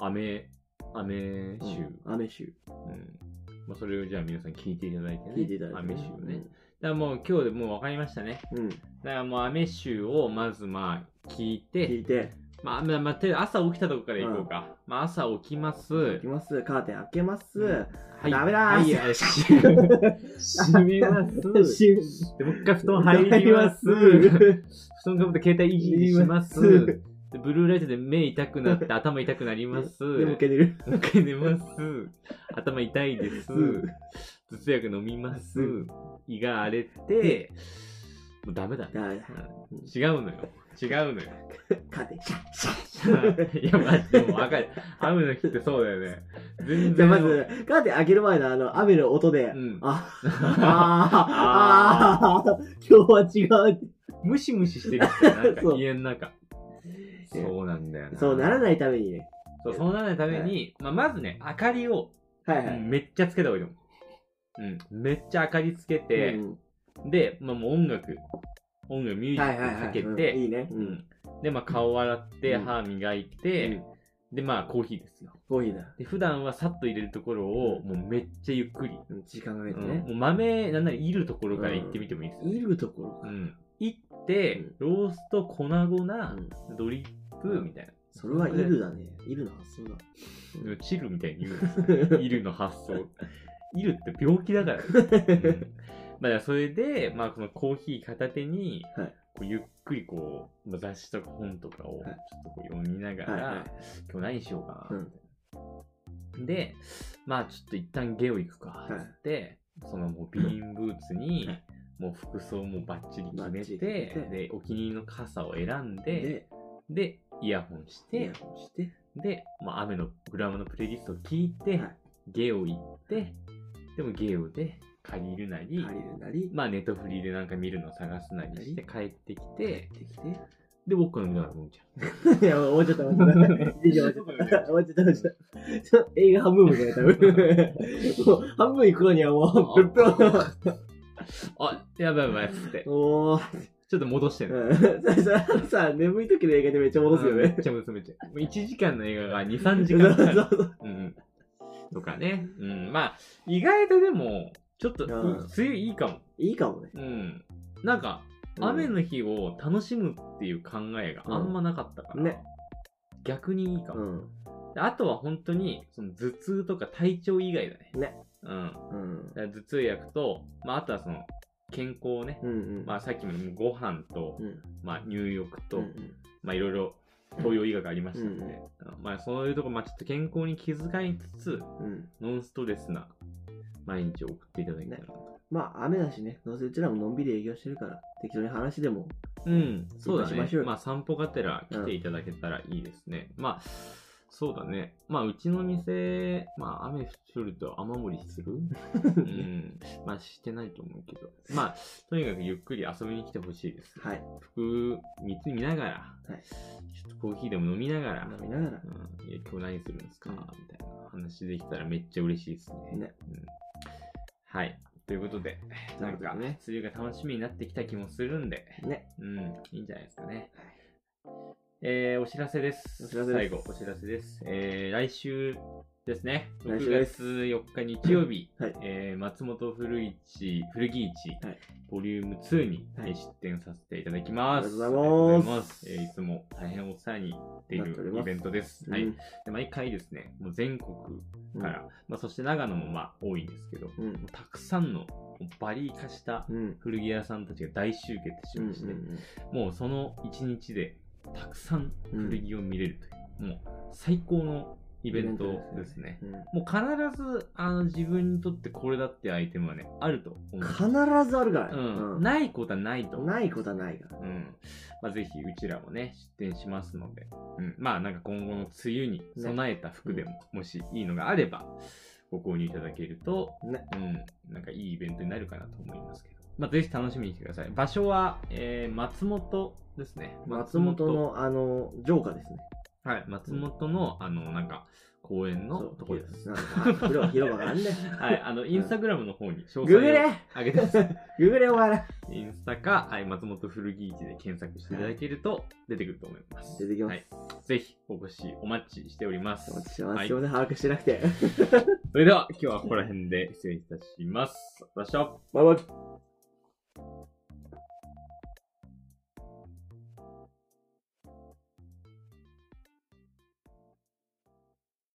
Speaker 1: 雨、雨
Speaker 2: う。
Speaker 1: 集。
Speaker 2: うん雨集。
Speaker 1: うん。まあ、それをじゃあ皆さん聞いていただいてね。
Speaker 2: 聞いていただいて、
Speaker 1: 雨集ね。だからもう今日でもう分かりましたね。
Speaker 2: うん。うん。
Speaker 1: だからもう雨集をまずまあ聞い
Speaker 2: 聞
Speaker 1: て、
Speaker 2: いて。
Speaker 1: まあ、まあまあ、とりあえず朝起きたとこから行こうか。まあ、朝起きます。
Speaker 2: 開きます、カーテン開けます。
Speaker 1: うんはい。
Speaker 2: ダメだー
Speaker 1: はい、はい閉めます。
Speaker 2: し
Speaker 1: で、もう一回布団入り ます。布団かぶって携帯いじります。でブルーライトで目痛くなって頭痛くなります。
Speaker 2: でも受けてる。
Speaker 1: もう一回寝ます。頭痛いです
Speaker 2: うん。
Speaker 1: 頭痛薬飲みます
Speaker 2: うん。
Speaker 1: 胃が荒れて、もうダメだね。
Speaker 2: だから
Speaker 1: 違うのよ。違う のよ。
Speaker 2: カーテン、シャッシャッシ
Speaker 1: いや、マジでもう分かる。雨の日ってそうだよね。全
Speaker 2: ャじ
Speaker 1: 然。
Speaker 2: ゃあまず、カーテン開ける前のあの、雨の音で、
Speaker 1: うん
Speaker 2: あ、ああ、ああ、今日は違う。
Speaker 1: ムシムシしてるって、なんか
Speaker 2: そう
Speaker 1: 家の中。そうなんだよな。
Speaker 2: そうならないためにね。
Speaker 1: そう、そうならないために、まあ、まずね、明かりを、
Speaker 2: はいはい。
Speaker 1: めっちゃつけた方がいいと思う。うん、めっちゃ明かりつけて
Speaker 2: う、ん
Speaker 1: で、まあ、もう音楽、音楽、ミュージ
Speaker 2: はいはい
Speaker 1: ッ
Speaker 2: は
Speaker 1: ク
Speaker 2: い。
Speaker 1: かけて、
Speaker 2: うんいいね。う。
Speaker 1: うんんで、まあ、顔洗って、
Speaker 2: うん
Speaker 1: 歯磨いて、で、まあ、コーヒーですよ。
Speaker 2: コーヒーだ。
Speaker 1: で、普段はさっと入れるところを、
Speaker 2: う
Speaker 1: もうめっちゃゆっくり。
Speaker 2: うん時間がか
Speaker 1: う
Speaker 2: け
Speaker 1: ん
Speaker 2: てね
Speaker 1: も。う豆、なんならいるところから行ってみてもいいですよ、
Speaker 2: いるとこ
Speaker 1: う
Speaker 2: ろか。
Speaker 1: ん。行って、ロースト粉々
Speaker 2: う、ん
Speaker 1: ドリップ、みたいな。
Speaker 2: それはいるだね。いるの発想だ。
Speaker 1: でもチルみたいに言うんですねイルの発想。イルって病気だ から。うんまあ、だからそれで、まあ、このコーヒー片手に、
Speaker 2: はい
Speaker 1: こうゆっくりこう、まあ雑誌とか本とかをちょ
Speaker 2: はい
Speaker 1: っとこう読みながら、
Speaker 2: はいはい
Speaker 1: 今日何しようかな、
Speaker 2: うん
Speaker 1: みたいなで、まあちょっと一旦ゲオ行くか、
Speaker 2: はい
Speaker 1: つって、そのもうビーンブーツに
Speaker 2: はい、
Speaker 1: もう服装もバッチリ決
Speaker 2: バッ
Speaker 1: め
Speaker 2: チ
Speaker 1: て
Speaker 2: リ決めて
Speaker 1: で、お気に入りの傘を選んで、
Speaker 2: で、
Speaker 1: で、イヤホンして、
Speaker 2: で、して、
Speaker 1: で、まあ、雨のグラムのプレイリストを聞いて、
Speaker 2: はい
Speaker 1: ゲオ行って、でもゲオで借りるなり、
Speaker 2: 借りるなり、
Speaker 1: まあネットフリーでなんか見るのを探すなりして帰ってきて、
Speaker 2: できて、
Speaker 1: で、僕のみんな飲んじゃう。
Speaker 2: いや、終わっちゃった、終わっちゃった。終わっちゃった、終わっちゃった終わっちゃった。ちょ映画半分みたいな、多分。もう、半分行くのにはもう、ぷっぷろ。
Speaker 1: あ、やばいやばいっつって。
Speaker 2: おー。
Speaker 1: ちょっと戻してね。
Speaker 2: うんさ、さ、さ、眠い時の映画でめっちゃ戻すよ
Speaker 1: うんめ
Speaker 2: ね
Speaker 1: っ。ちゃ戻すめっちゃ。もう1時間の映画が2、3時
Speaker 2: そ
Speaker 1: 間
Speaker 2: う
Speaker 1: か かる。
Speaker 2: そうそう。
Speaker 1: うん。とかね。うん。まあ、意外とでも、ちょっと、
Speaker 2: うん
Speaker 1: 梅雨いいかも。
Speaker 2: いいかもね。
Speaker 1: うん。なんか、雨の日を楽しむっていう考えがあんまなかったから、
Speaker 2: うんね
Speaker 1: 逆にいいか
Speaker 2: う
Speaker 1: も。
Speaker 2: ん。
Speaker 1: であとは本当に、その頭痛とか体調以外だね。
Speaker 2: ね。
Speaker 1: うん。
Speaker 2: うん
Speaker 1: だ。から頭痛薬と、まあ、あとはその、健康ね。
Speaker 2: うん。うん。
Speaker 1: まあ、さっきもご飯と、
Speaker 2: うん。
Speaker 1: まあ、入浴と、
Speaker 2: うん
Speaker 1: まあ、いろいろ東洋医学がありましたので、
Speaker 2: うん
Speaker 1: うんまあ、そういうとこ、まあ、ちょっと健康に気遣いつつ、
Speaker 2: うん。
Speaker 1: ノンストレスな毎日を送っていただいたらなと。
Speaker 2: まあ、雨だしね。どうせうちらものんびり営業してるから、適当に話でも。
Speaker 1: うん、そうだ
Speaker 2: いたしま
Speaker 1: ね
Speaker 2: しょう。よ
Speaker 1: まあ、散歩がてら来ていただけたらいいですね。まあ、そうだね。まあ、うちの店、まあ、雨降ると雨漏りす るうん。まあ、してないと思うけど。まあ、とにかくゆっくり遊びに来てほしいです。
Speaker 2: はい。
Speaker 1: 服、見つ見ながら、
Speaker 2: はい
Speaker 1: ちょっとコーヒーでも飲みながら、
Speaker 2: 飲みながら。
Speaker 1: うん、いや今日何するんですか、
Speaker 2: うん
Speaker 1: みたいな話できたらめっちゃ嬉しいですね。
Speaker 2: ね
Speaker 1: うんはい。ということで、な
Speaker 2: なる
Speaker 1: ん
Speaker 2: ほど
Speaker 1: か、
Speaker 2: ね
Speaker 1: ね、梅雨が楽しみになってきた気もするんで、
Speaker 2: ね。
Speaker 1: うん、いいんじゃないですかね。えー、お知らせです。
Speaker 2: お知らせで
Speaker 1: 最
Speaker 2: す
Speaker 1: 後、お知らせです。えー、来週ですね。
Speaker 2: 来
Speaker 1: 6
Speaker 2: 週で
Speaker 1: 月
Speaker 2: す
Speaker 1: 4日日曜日、
Speaker 2: はい
Speaker 1: えー松本古市、古着市、
Speaker 2: はい
Speaker 1: ボリューム2に、
Speaker 2: はい
Speaker 1: えー出展させていただきます。
Speaker 2: ありがとうござ
Speaker 1: あり
Speaker 2: います
Speaker 1: がとうございます。えーいつも大変お世話になってい
Speaker 2: なっており
Speaker 1: る
Speaker 2: ます
Speaker 1: イベントです。はい。で毎回ですね、もう全国
Speaker 2: うん
Speaker 1: から、まあ、そして長野もまあ多いんですけど、も
Speaker 2: うん。
Speaker 1: うたくさんのもうバリ化した
Speaker 2: うん。
Speaker 1: 古着屋さんたちが大集結し
Speaker 2: うん。
Speaker 1: まして、もうその一日でたくさん古着を見れるという、もう最高のイ
Speaker 2: イ
Speaker 1: ベントですね。
Speaker 2: うん。
Speaker 1: もう必ずあの自分にとってこれだってアイテムはね、あると思う。
Speaker 2: 必ずあるからね。
Speaker 1: うん、
Speaker 2: な
Speaker 1: ないことはないと思う。
Speaker 2: ないことはないから。
Speaker 1: うん。まあ、ぜひ、うちらもね、出店しますので、うん。まあ、なんか今後の梅雨に備えた服でも、もしいいのがあれば、ご購入いただけると、
Speaker 2: ね
Speaker 1: うん。なんかいいイベントになるかなと思いますけど。まあ、ぜひ楽しみに来てください。場所は、えー、松本ですね。
Speaker 2: 松本。の、あの、城下ですね。
Speaker 1: はい。松本の、あの、なんか、公園の
Speaker 2: そう
Speaker 1: ところです。
Speaker 2: なんか広場、広場があんね。
Speaker 1: はい。あの、インスタグラムの方に詳細を
Speaker 2: ググれ
Speaker 1: 上げてます。
Speaker 2: ググれお前ら。
Speaker 1: インスタか、はい、松本古着市で検索していただけると出てくると思います。
Speaker 2: 出てきます
Speaker 1: はい、ぜひお越しお待ちしております。
Speaker 2: お待ちしてます。
Speaker 1: はい
Speaker 2: すいません、把握して なくて。
Speaker 1: それでは今日はここら辺で失礼いたします。私は
Speaker 2: バイバイ。